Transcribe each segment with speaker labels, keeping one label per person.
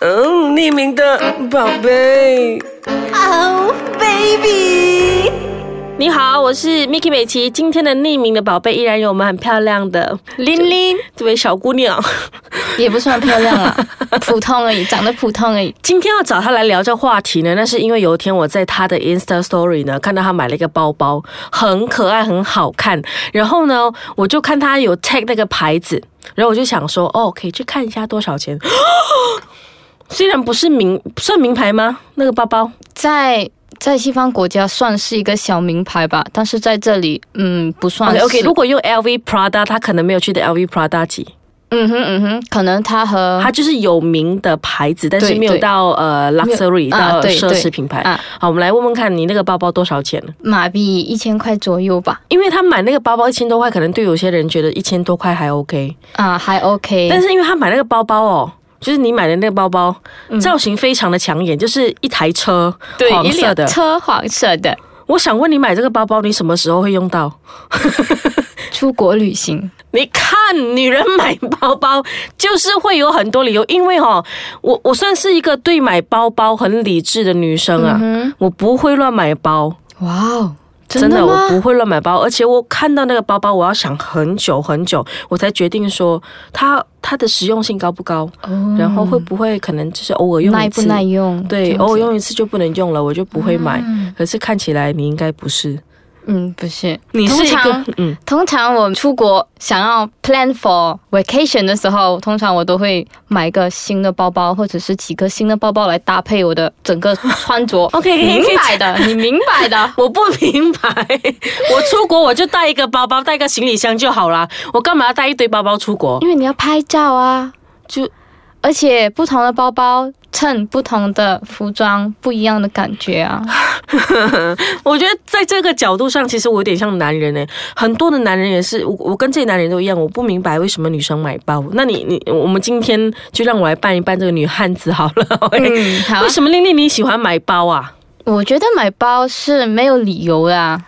Speaker 1: 嗯，匿名的宝贝。
Speaker 2: Oh baby，
Speaker 3: 你好，我是 Miki 美琪。今天的匿名的宝贝依然有我们很漂亮的
Speaker 2: 玲玲
Speaker 3: 这位小姑娘。
Speaker 2: 也不算漂亮 啊，普通而已，长得普通而已。
Speaker 3: 今天要找她来聊这话题呢，那是因为有一天我在她的 Insta Story 呢看到她买了一个包包，很可爱，很好看。然后呢，我就看她有 tag 那个牌子，然后我就想说，哦，可以去看一下多少钱。 虽然不是名算名牌吗？那个包包
Speaker 2: 在在西方国家算是一个小名牌吧，但是在这里，嗯，不算
Speaker 3: ，OK
Speaker 2: 是。
Speaker 3: OK，如果用 LV Prada，她可能没有去的 LV Prada 级。
Speaker 2: 嗯哼嗯哼，可能它和
Speaker 3: 它就是有名的牌子，但是
Speaker 2: 对
Speaker 3: 没有
Speaker 2: 对
Speaker 3: 到呃
Speaker 2: 没有
Speaker 3: luxury
Speaker 2: 啊
Speaker 3: 到
Speaker 2: 对
Speaker 3: 奢侈
Speaker 2: 对
Speaker 3: 品牌。
Speaker 2: 啊
Speaker 3: 好，我们来问问看你那个包包多少钱？
Speaker 2: 马币一千块左右吧，
Speaker 3: 因为他买那个包包一千多块，可能对有些人觉得一千多块还 OK，
Speaker 2: 啊，还 OK。
Speaker 3: 但是因为他买那个包包哦。就是你买的那个包包，
Speaker 2: 嗯
Speaker 3: 造型非常的抢眼，就是一台车，
Speaker 2: 对，
Speaker 3: 黄
Speaker 2: 一辆
Speaker 3: 色的。
Speaker 2: 车黄色的，
Speaker 3: 我想问你，买这个包包你什么时候会用到？
Speaker 2: 出国旅行。
Speaker 3: 你看，女人买包包就是会有很多理由，因为哈、哦，我我算是一个对买包包很理智的女生
Speaker 2: 嗯
Speaker 3: 啊，我不会乱买包，
Speaker 2: 哇哦，
Speaker 3: 真的我不
Speaker 2: 吗？
Speaker 3: 会乱买包，而且我看到那个包包，我要想很久很久，我才决定说它它的实用性高不高，然后会不会可能就是偶尔用
Speaker 2: 耐
Speaker 3: 一
Speaker 2: 不
Speaker 3: 次，
Speaker 2: 哦耐用？这
Speaker 3: 对，
Speaker 2: 样子
Speaker 3: 偶尔。用一次就不能用了，我就不会买。可是看起来你应该不是，
Speaker 2: 嗯，不是，
Speaker 3: 你是一
Speaker 2: 通
Speaker 3: 个
Speaker 2: 常
Speaker 3: 嗯，
Speaker 2: 通常我出国想要 plan for vacation 的时候，通常我都会买一个新的包包，或者是几个新的包包来搭配我的整个穿 着。
Speaker 3: OK，
Speaker 2: 明白的，你明白的。
Speaker 3: 我不明白，我出国我就带一个包包，带一个行李箱就好啦，我干嘛要带一堆包包出国？
Speaker 2: 因为你要拍照啊，就而且不同的包包衬不同的服装，不一样的感觉啊。
Speaker 3: 我觉得在这个角度上，其实我有点像男人呢、欸很多的男人也是，我我跟这些男人都一样，我不明白为什么女生买包。那你你我们今天就让我来扮一扮这个女汉子好了。
Speaker 2: 嗯，好
Speaker 3: 为。什么令令你喜欢买包啊？
Speaker 2: 我觉得买包是没有理由的、啊，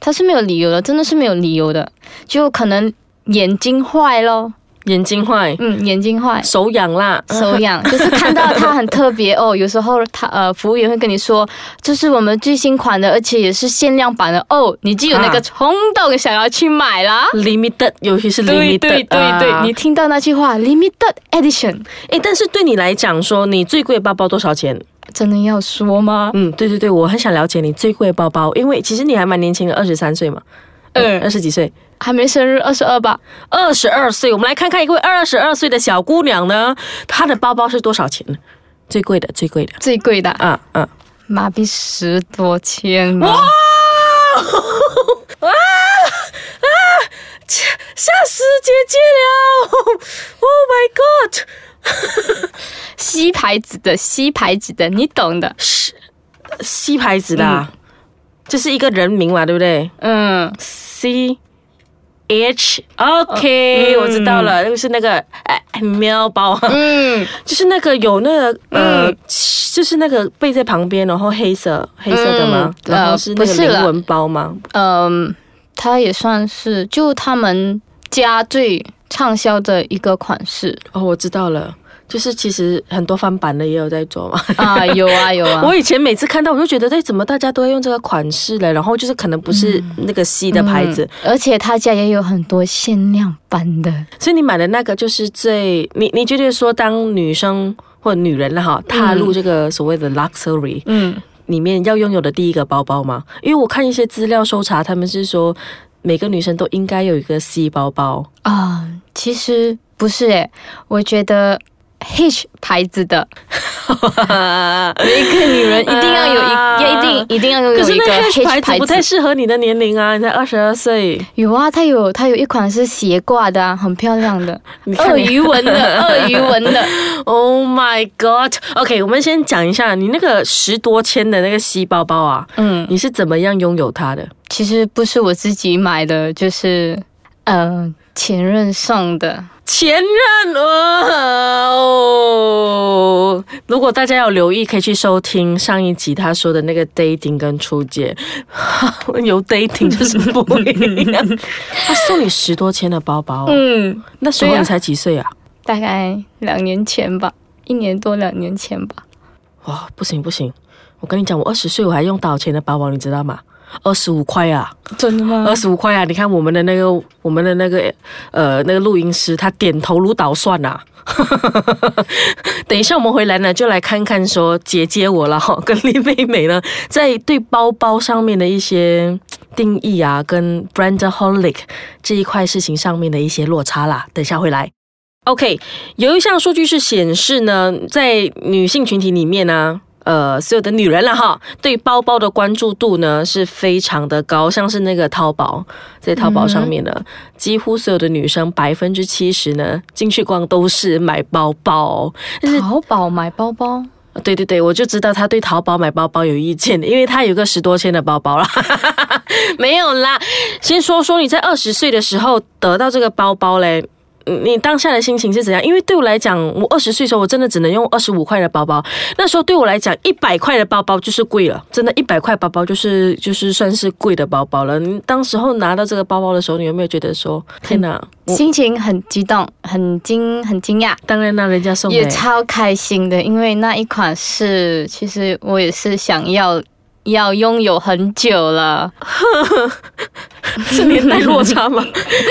Speaker 2: 它是没有理由的，真的是没有理由的，就可能眼睛坏咯，
Speaker 3: 眼睛坏，
Speaker 2: 嗯，眼睛坏。
Speaker 3: 手痒啦，
Speaker 2: 手痒，就是看到它很特别哦。有时候他呃，服务员会跟你说，这是我们最新款的，而且也是限量版的哦，你就有那个
Speaker 3: 啊
Speaker 2: 冲动想要去买啦。
Speaker 3: limited，尤其是
Speaker 2: 对
Speaker 3: limited，
Speaker 2: 对对对，
Speaker 3: 啊
Speaker 2: 你听到那句话 “limited edition”，
Speaker 3: 诶，但是对你来讲说，你最贵的包包多少钱？
Speaker 2: 真的要说吗？
Speaker 3: 嗯，对对对，我很想了解你最贵的包包，因为其实你还蛮年轻的，二十三岁嘛，
Speaker 2: 嗯
Speaker 3: 二十几岁，
Speaker 2: 还没生日，二十二吧？
Speaker 3: 二十二岁。我们来看看一位二十二岁的小姑娘呢，她的包包是多少钱呢？最贵的，最贵的，
Speaker 2: 最贵的
Speaker 3: 啊啊！
Speaker 2: 马币十多千吧。
Speaker 3: 哇啊！吓吓死姐姐了！Oh my god！
Speaker 2: 西牌子的，西牌子的，你懂的。
Speaker 3: 是西牌子的、啊，这是一个人名嘛，对不对？
Speaker 2: 嗯，
Speaker 3: C H OK，、我知道了，就是那个哎喵包，嗯，就是那个有那个呃，就是那个背在旁边，然后黑色黑色的吗？
Speaker 2: 嗯
Speaker 3: 然后是那
Speaker 2: 呃
Speaker 3: 个
Speaker 2: 不是啦
Speaker 3: 灵魂包吗？
Speaker 2: 嗯，它也算是就他们家最畅销的一个款式
Speaker 3: 哦，我知道了，就是其实很多翻版的也有在做嘛。
Speaker 2: 啊，有啊有啊
Speaker 3: 我。以前每次看到，我就觉得，哎，怎么大家都在用这个款式嘞？然后就是可能不是那个 C 的牌子，
Speaker 2: 嗯而且他家也有很多限量版的，
Speaker 3: 所以你买的那个就是最你你觉得说，当女生或女人了哈，踏入这个所谓的 luxury，、
Speaker 2: 嗯，
Speaker 3: 里面要拥有的第一个包包吗？因为我看一些资料搜查，他们是说每个女生都应该有一个 C 包包。
Speaker 2: 啊、其实不是诶，我觉得 H 牌子的每个女人一定要有一，
Speaker 3: 啊
Speaker 2: 也一定一定要拥
Speaker 3: 可
Speaker 2: 有
Speaker 3: 是
Speaker 2: 一
Speaker 3: 那
Speaker 2: 个
Speaker 3: H
Speaker 2: H
Speaker 3: 牌子
Speaker 2: 牌
Speaker 3: 不
Speaker 2: 子
Speaker 3: 太。适合你的年龄啊，你才二十二岁。
Speaker 2: 有啊，它有它有一款是斜挂的、啊，很漂亮的，
Speaker 3: 你看
Speaker 2: 鳄
Speaker 3: 你
Speaker 2: 鱼纹 的，鳄鱼纹的。
Speaker 3: Oh my God！OK，、OK，我们先讲一下你那个十多千的那个 C 包包啊，
Speaker 2: 嗯，
Speaker 3: 你是怎么样拥有它的？
Speaker 2: 其实不是我自己买的，就是呃前任送的。
Speaker 3: 前任哦。如果大家有留意，可以去收听上一集他说的那个 dating 跟出街， 有 dating 就是不一样。他送你十多千的包包哦、
Speaker 2: 嗯，
Speaker 3: 那时候
Speaker 2: 对啊
Speaker 3: 你才几岁啊？
Speaker 2: 大概两年前吧，一年多两年前吧。
Speaker 3: 哇，不行不行，我跟你讲，我二十岁我还用多少钱的包包，你知道吗？二十五块啊，
Speaker 2: 真的吗
Speaker 3: 二十五块啊！你看我们的那个，我们的那个，呃，那个录音师，他点头如捣蒜啊。 等一下我们回来呢，就来看看说姐姐我了哈，跟林妹妹呢，在对包包上面的一些定义啊，跟 brandaholic 这一块事情上面的一些落差啦。等一下回来。OK，有一项数据是显示呢，在女性群体里面呢、呃，所有的女人了哈，对包包的关注度呢是非常的高，像是那个淘宝，在淘宝上面呢，几乎所有的女生百分之七十呢进去逛都是买包包。
Speaker 2: 淘宝买包包，
Speaker 3: 对对对，我就知道他对淘宝买包包有意见的，因为他有个十多千的包包啦。 没有啦，先说说你在二十岁的时候得到这个包包嘞。嗯你当下的心情是怎样？因为对我来讲，我二十岁的时候，我真的只能用二十五块的包包。那时候对我来讲，一百块的包包就是贵了，真的，一百块包包就是就是算是贵的包包了。你当时候拿到这个包包的时候，你有没有觉得说，天哪？我
Speaker 2: 心情很激动，很惊，很惊讶。
Speaker 3: 当然让人家送
Speaker 2: 也
Speaker 3: 的
Speaker 2: 超开心的，因为那一款是，其实我也是想要要拥有很久了。
Speaker 3: 是年代落差吗？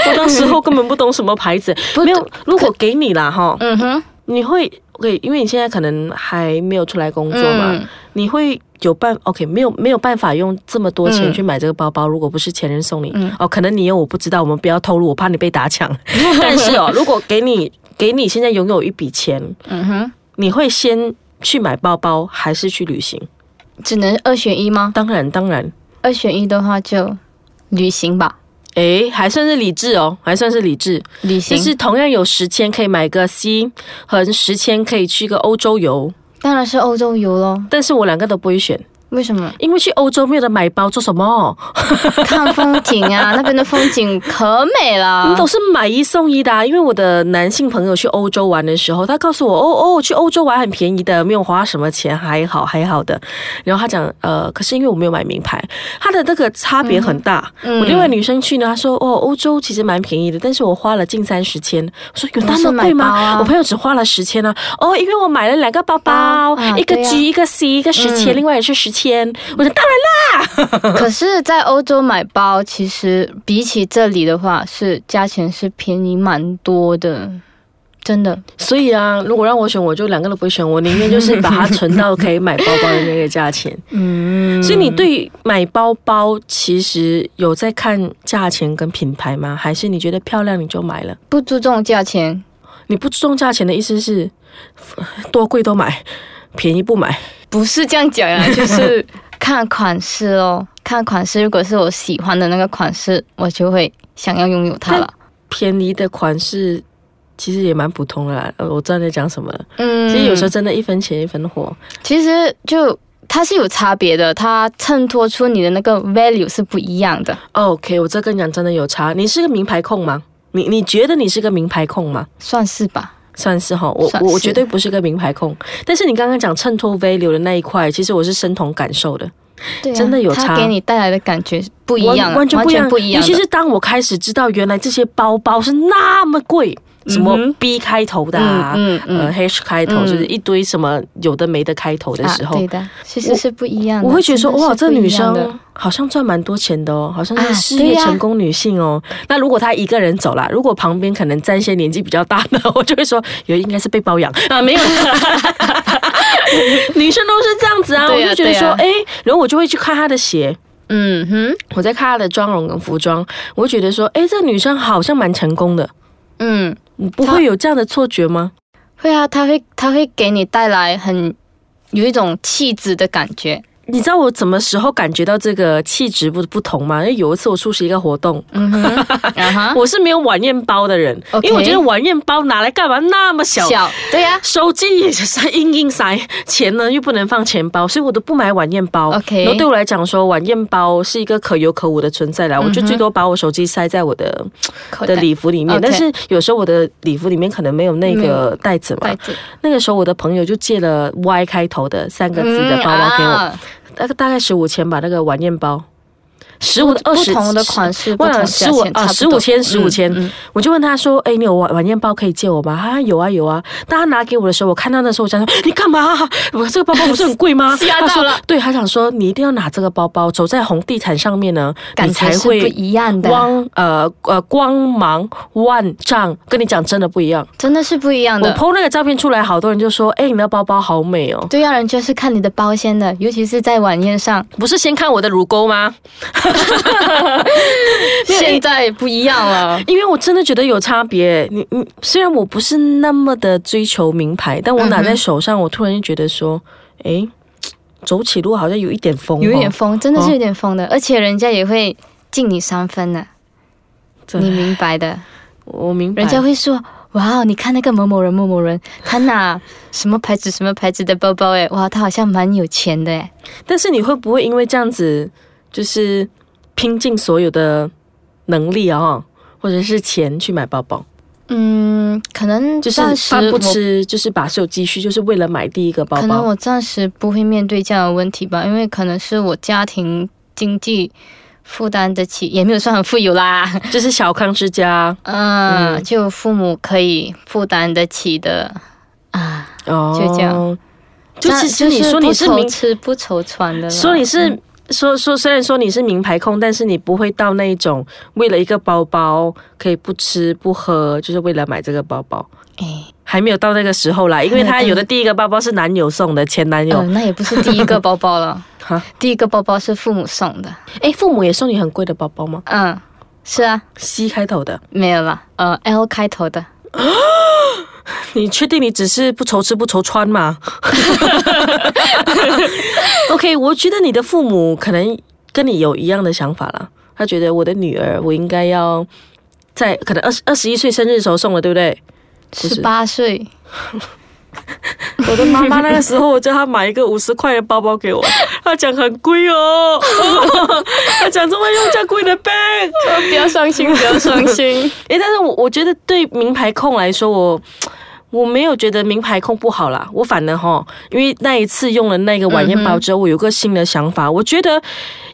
Speaker 3: 我当时候根本不懂什么牌子，
Speaker 2: 不
Speaker 3: 没有。如果给你啦哈，
Speaker 2: 嗯哼，
Speaker 3: 你会 OK，因为你现在可能还没有出来工作嘛，
Speaker 2: 嗯，
Speaker 3: 你会有办 OK 没有没有办法用这么多钱
Speaker 2: 嗯
Speaker 3: 去买这个包包，如果不是前任送你、
Speaker 2: 嗯
Speaker 3: 哦，可能你有我不知道，我们不要透露，我怕你被打 抢。但是哦，如果给你 给你现在拥有一笔钱，
Speaker 2: 嗯哼，
Speaker 3: 你会先去买包包还是去旅行？
Speaker 2: 只能二选一吗？
Speaker 3: 当然当然，
Speaker 2: 二选一的话就旅行吧，
Speaker 3: 诶，还算是理智哦，还算是理智。
Speaker 2: 旅行。
Speaker 3: 就是同样有十千可以买个 C，和十千可以去个欧洲游，
Speaker 2: 当然是欧洲游咯。
Speaker 3: 但是我两个都不会选，？
Speaker 2: 为什么
Speaker 3: 因为去欧洲没有得买包做什么？
Speaker 2: 啊看风景 啊，那边的风景可美
Speaker 3: 我
Speaker 2: 了
Speaker 3: 们。都是买一送一的、啊。因为我的男性朋友去欧洲玩的时候，他告诉我，哦哦，去欧洲玩很便宜的，没有花什么钱，还好还好的。然后他讲，呃，可是因为我没有买名牌，他的那个差别很大。
Speaker 2: 嗯
Speaker 3: 我另外女生去呢，她说，哦，欧洲其实蛮便宜的，但是我花了近三十千。我说有那
Speaker 2: 我是
Speaker 3: 么
Speaker 2: 买
Speaker 3: 贵吗？
Speaker 2: 包啊
Speaker 3: 我朋友只花了十千啊。哦，因为我买了两个包包，
Speaker 2: 包啊
Speaker 3: 一个
Speaker 2: 对啊
Speaker 3: G、一个 C 一个十千、
Speaker 2: 嗯
Speaker 3: 另外也是十千。我说当然啦，
Speaker 2: 可是，在欧洲买包，其实比起这里的话，是价钱是便宜蛮多的，真的。
Speaker 3: 所以啊，如果让我选，我就两个都不会选，我宁愿就是把它存到可以买包包的那个价钱。
Speaker 2: 嗯，
Speaker 3: 所以你对买包包其实有在看价钱跟品牌吗？还是你觉得漂亮你就买了？
Speaker 2: 不注重价钱，
Speaker 3: 你不注重价钱的意思是多贵都买，便宜不买？
Speaker 2: 不是这样讲呀、啊就是看款式哦，看款式。如果是我喜欢的那个款式，我就会想要拥有它了。
Speaker 3: 便宜的款式其实也蛮普通的啦。呃我知道你在讲什么了。
Speaker 2: 嗯，
Speaker 3: 其实有时候真的，一分钱一分货。
Speaker 2: 其实就它是有差别的，它衬托出你的那个 value 是不一样的。
Speaker 3: OK，我这跟你讲真的有差。你是个名牌控吗？你你觉得你是个名牌控吗？
Speaker 2: 算是吧，
Speaker 3: 算是哈，我
Speaker 2: 算
Speaker 3: 我
Speaker 2: 是
Speaker 3: 我绝对不是个名牌控，但是你刚刚讲衬托 value 的那一块，其实我是深同感受的，
Speaker 2: 对、啊，
Speaker 3: 真的有差
Speaker 2: 它给你带来的感觉不一样，啊
Speaker 3: 完完全不一样，
Speaker 2: 不一样的。嗯
Speaker 3: 尤其是当我开始知道原来这些包包是那么贵，什么 B 开头的、啊，
Speaker 2: 嗯嗯
Speaker 3: 呃 H 开头，
Speaker 2: 嗯
Speaker 3: 就是一堆什么有的没的开头的时
Speaker 2: 啊，
Speaker 3: 候
Speaker 2: 对，的，其实是不一样的。
Speaker 3: 我会觉得说，
Speaker 2: 真的是
Speaker 3: 哇，这
Speaker 2: 不一
Speaker 3: 女
Speaker 2: 样的
Speaker 3: 生好像赚蛮多钱的哦，好像
Speaker 2: 啊
Speaker 3: 是事
Speaker 2: 对
Speaker 3: 业
Speaker 2: 呀
Speaker 3: 成功女性哦。那如果她一个人走啦，如果旁边可能站一些年纪比较大的， 我就会说，有应该是被包养啊，没有 啦。女生都是这样子啊，
Speaker 2: 对
Speaker 3: 我
Speaker 2: 呀
Speaker 3: 就觉得说，哎、
Speaker 2: 对
Speaker 3: 然后我就会去看她的鞋，
Speaker 2: 嗯哼，
Speaker 3: 我在看她的妆容跟服装，我会觉得说，哎，这女生好像蛮成功的，
Speaker 2: 嗯。
Speaker 3: 你不会有这样的错觉吗？
Speaker 2: 会啊，它会它会给你带来很有一种气质的感觉。
Speaker 3: 你知道我什么时候感觉到这个气质不不同吗？因为有一次我出席一个活动，
Speaker 2: 嗯 哼，啊哈，
Speaker 3: 我是没有晚宴包的人
Speaker 2: OK
Speaker 3: 因为我觉得晚宴包拿来干嘛那么小？
Speaker 2: 小对呀、
Speaker 3: 手机也是塞硬硬塞，钱呢又不能放钱包，所以我都不买晚宴包。
Speaker 2: OK
Speaker 3: 然后对我来讲说，晚宴包是一个可有可无的存在
Speaker 2: 嗯
Speaker 3: 啦，我就最多把我手机塞在我的
Speaker 2: 口
Speaker 3: 的
Speaker 2: 袋
Speaker 3: 礼服里面
Speaker 2: OK
Speaker 3: 但是有时候我的礼服里面可能没有那
Speaker 2: 没
Speaker 3: 个
Speaker 2: 有
Speaker 3: 袋子嘛
Speaker 2: 袋。子
Speaker 3: 那个时候我的朋友就借了 Y 开头的三个字的包包给我，
Speaker 2: 嗯啊
Speaker 3: 大概大概十五千吧，那个晚宴包。十五
Speaker 2: 不
Speaker 3: 二十
Speaker 2: 同的款式不
Speaker 3: 忘了
Speaker 2: 同
Speaker 3: 十
Speaker 2: 价
Speaker 3: 五
Speaker 2: 钱
Speaker 3: 啊，
Speaker 2: 差
Speaker 3: 十
Speaker 2: 不
Speaker 3: 五
Speaker 2: 多
Speaker 3: 千，十五千
Speaker 2: 嗯嗯。
Speaker 3: 我就问他说：“哎，你有晚晚宴包可以借我吗？”啊，有啊有啊。当他拿给我的时候，我看到的时候，我想说：“你干嘛？我这个包包不是很贵吗？”
Speaker 2: 吓
Speaker 3: 他说
Speaker 2: 到了
Speaker 3: 对，他想说：“你一定要拿这个包包，走在红地毯上面呢，
Speaker 2: 感
Speaker 3: 你
Speaker 2: 觉
Speaker 3: 才
Speaker 2: 是不
Speaker 3: 会
Speaker 2: 一样的，
Speaker 3: 光呃呃光芒万丈。”跟你讲，真的不一样。
Speaker 2: 真的是不一样
Speaker 3: 我
Speaker 2: 的。
Speaker 3: PO 那个照片出来，好多人就说：“哎，你的包包好美哦。”
Speaker 2: 对呀、人家是看你的包先的，尤其是在晚宴 上。
Speaker 3: 不是先看我的乳沟吗？
Speaker 2: 现在不一样了，
Speaker 3: 因为我真的觉得有差别。你你虽然我不是那么的追求名牌，但我拿
Speaker 2: 嗯
Speaker 3: 在手上，我突然就觉得说，诶，走起路好像有一点疯、哦，
Speaker 2: 有一点疯，嗯真的
Speaker 3: 哦
Speaker 2: 是有点疯的，而且人家也会敬你三分呢、
Speaker 3: 对
Speaker 2: 你明白的。
Speaker 3: 我明
Speaker 2: 嗯
Speaker 3: 白。
Speaker 2: 人家会说：“哇，你看那个某某人某某人，他拿什么牌子什么牌子的包包，哎，哇，他好像蛮有钱的，哎，
Speaker 3: 但是你会不会因为这样子，就是拼尽所有的能力啊、哦，或者是钱去买包包？
Speaker 2: 嗯，可能
Speaker 3: 就是
Speaker 2: 暂时
Speaker 3: 饭不
Speaker 2: 我
Speaker 3: 吃，就是把所有积蓄，就是为了买第一个包
Speaker 2: 可能
Speaker 3: 包。
Speaker 2: 我暂时不会面对这样的问题吧，因为可能是我家庭经济负担得起，也没有算很富有啦。
Speaker 3: 就是小康之家
Speaker 2: 嗯，就父母可以负担得起的啊。
Speaker 3: 哦，
Speaker 2: 就这样。
Speaker 3: 就
Speaker 2: 那
Speaker 3: 其实你
Speaker 2: 就
Speaker 3: 说你是
Speaker 2: 不
Speaker 3: 名
Speaker 2: 愁吃不愁穿的啦，嗯
Speaker 3: 说你是、说说，虽然说你是名牌控，但是你不会到那一种为了一个包包可以不吃不喝，就是为了买这个包包，
Speaker 2: 哎，
Speaker 3: 还没有到那个时候 啦。因为他有的第一个包包是男友送的，前男友
Speaker 2: 呃，那也不是第一个包包了
Speaker 3: 哈。
Speaker 2: 第一个包包是父母送的，
Speaker 3: 诶，哎父母也送你很贵的包包吗
Speaker 2: 嗯，是啊，
Speaker 3: ？C 开头的，
Speaker 2: 没有了，呃，L 开头的，
Speaker 3: 你确定你只是不愁吃不愁穿 吗？OK，我觉得你的父母可能跟你有一样的想法啦。他觉得我的女儿，我应该要在可能二十二十一岁生日的时候送的，对不对？是
Speaker 2: 十八 岁，
Speaker 3: 我的妈妈那个时候，我叫她买一个五十块的包包给我， 她讲很贵哦， 她讲怎么用这样贵的 bag？
Speaker 2: 不要伤心，不要伤心，
Speaker 3: 诶，但是我我觉得对名牌控来说，我我没有觉得名牌控不好啦，我反而哈，因为那一次用了那个晚宴包之后，我有个新的想法，我觉得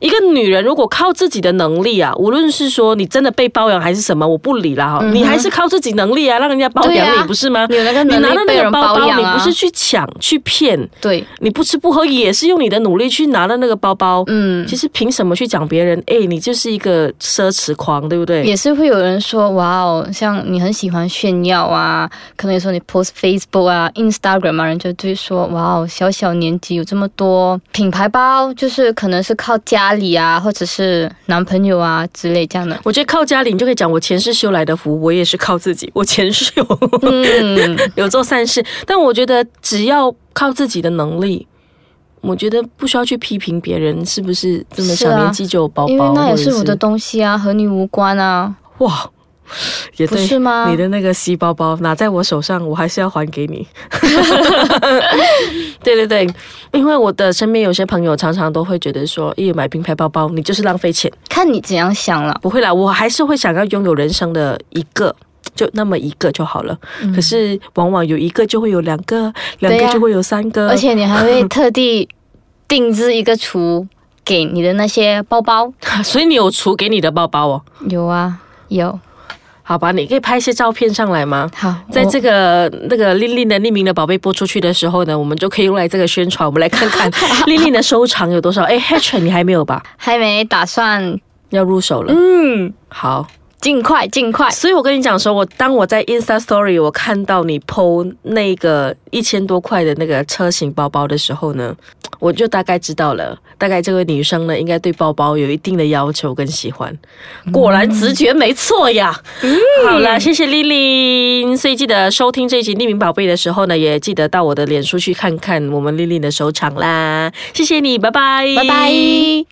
Speaker 3: 一个女人如果靠自己的能力啊，无论是说你真的被包养还是什么，我不理啦哈，你还是靠自己能嗯力啊，让人家包养
Speaker 2: 对
Speaker 3: 你、
Speaker 2: 啊
Speaker 3: 不是吗？
Speaker 2: 你有那个
Speaker 3: 你
Speaker 2: 能
Speaker 3: 拿到
Speaker 2: 力
Speaker 3: 那
Speaker 2: 被
Speaker 3: 个
Speaker 2: 人
Speaker 3: 包
Speaker 2: 包
Speaker 3: 包，
Speaker 2: 养
Speaker 3: 你
Speaker 2: 啊
Speaker 3: 不是去抢去骗，
Speaker 2: 对，
Speaker 3: 你不吃不喝也是用你的努力去拿到那个包包。
Speaker 2: 嗯
Speaker 3: 其，实凭什么去讲别人？哎，你就是一个奢侈狂，对不对？
Speaker 2: 也是会有人说，哇哦，像你很喜欢炫耀啊，可能有时候你 post Facebook 啊、Instagram 啊，人家就会说，哇哦，小小年纪有这么多品牌包，就是可能是靠家里啊，或者是男朋友啊之类这样
Speaker 3: 。
Speaker 2: 的
Speaker 3: 我觉得靠家里，你就可以讲我前世修来的福，我也是靠自己， 我前世有
Speaker 2: 嗯，
Speaker 3: 有做善事。但我觉得只要靠自己的能力，我觉得不需要去批评别人是不是这么
Speaker 2: 是啊
Speaker 3: 小年纪就有包包，
Speaker 2: 因为那也
Speaker 3: 或者
Speaker 2: 是我的东西啊，和你无关啊，
Speaker 3: 哇。也
Speaker 2: 不
Speaker 3: 对，
Speaker 2: 是吗
Speaker 3: 你的那个西包包拿在我手上，我还是要还给你。 对对对，因为我的身边有些朋友常常都会觉得说，一买名牌包包你就是浪费钱。
Speaker 2: 看你怎样想了。
Speaker 3: 不会啦，我还是会想要拥有人生的一个。就那么一个就好了，可是往往有一个就会有两个，
Speaker 2: 嗯
Speaker 3: 两
Speaker 2: 对
Speaker 3: 个
Speaker 2: 呀
Speaker 3: 就会有三个，
Speaker 2: 而且你还会特地定制一个橱给你的那些包包。
Speaker 3: 所以你有储给你的包包哦，
Speaker 2: 有啊，有。
Speaker 3: 好吧，你可以拍一些照片上来吗？
Speaker 2: 好，
Speaker 3: 在
Speaker 2: 我
Speaker 3: 这个那个丽丽的匿名的宝贝播出去的时候呢，我们就可以用来这个宣传，我们来看 看丽丽的收藏有多少。哎 h a t c h 你还没有吧？
Speaker 2: 还没打算，
Speaker 3: 要入手了，
Speaker 2: 嗯，
Speaker 3: 好。
Speaker 2: 尽快尽快。
Speaker 3: 所以我跟你讲说，我当我在 Insta Story 我看到你 PO 那个一千多块的那个车型包包的时候呢，我就大概知道了，大概这位女生呢应该对包包有一定的要求跟喜欢。果然直觉没错呀。好了，谢谢丽丽。所以记得收听这一集《匿名宝贝》的时候呢，也记得到我的脸书去看看我们丽丽的收藏啦。谢谢你，拜拜，
Speaker 2: 拜拜。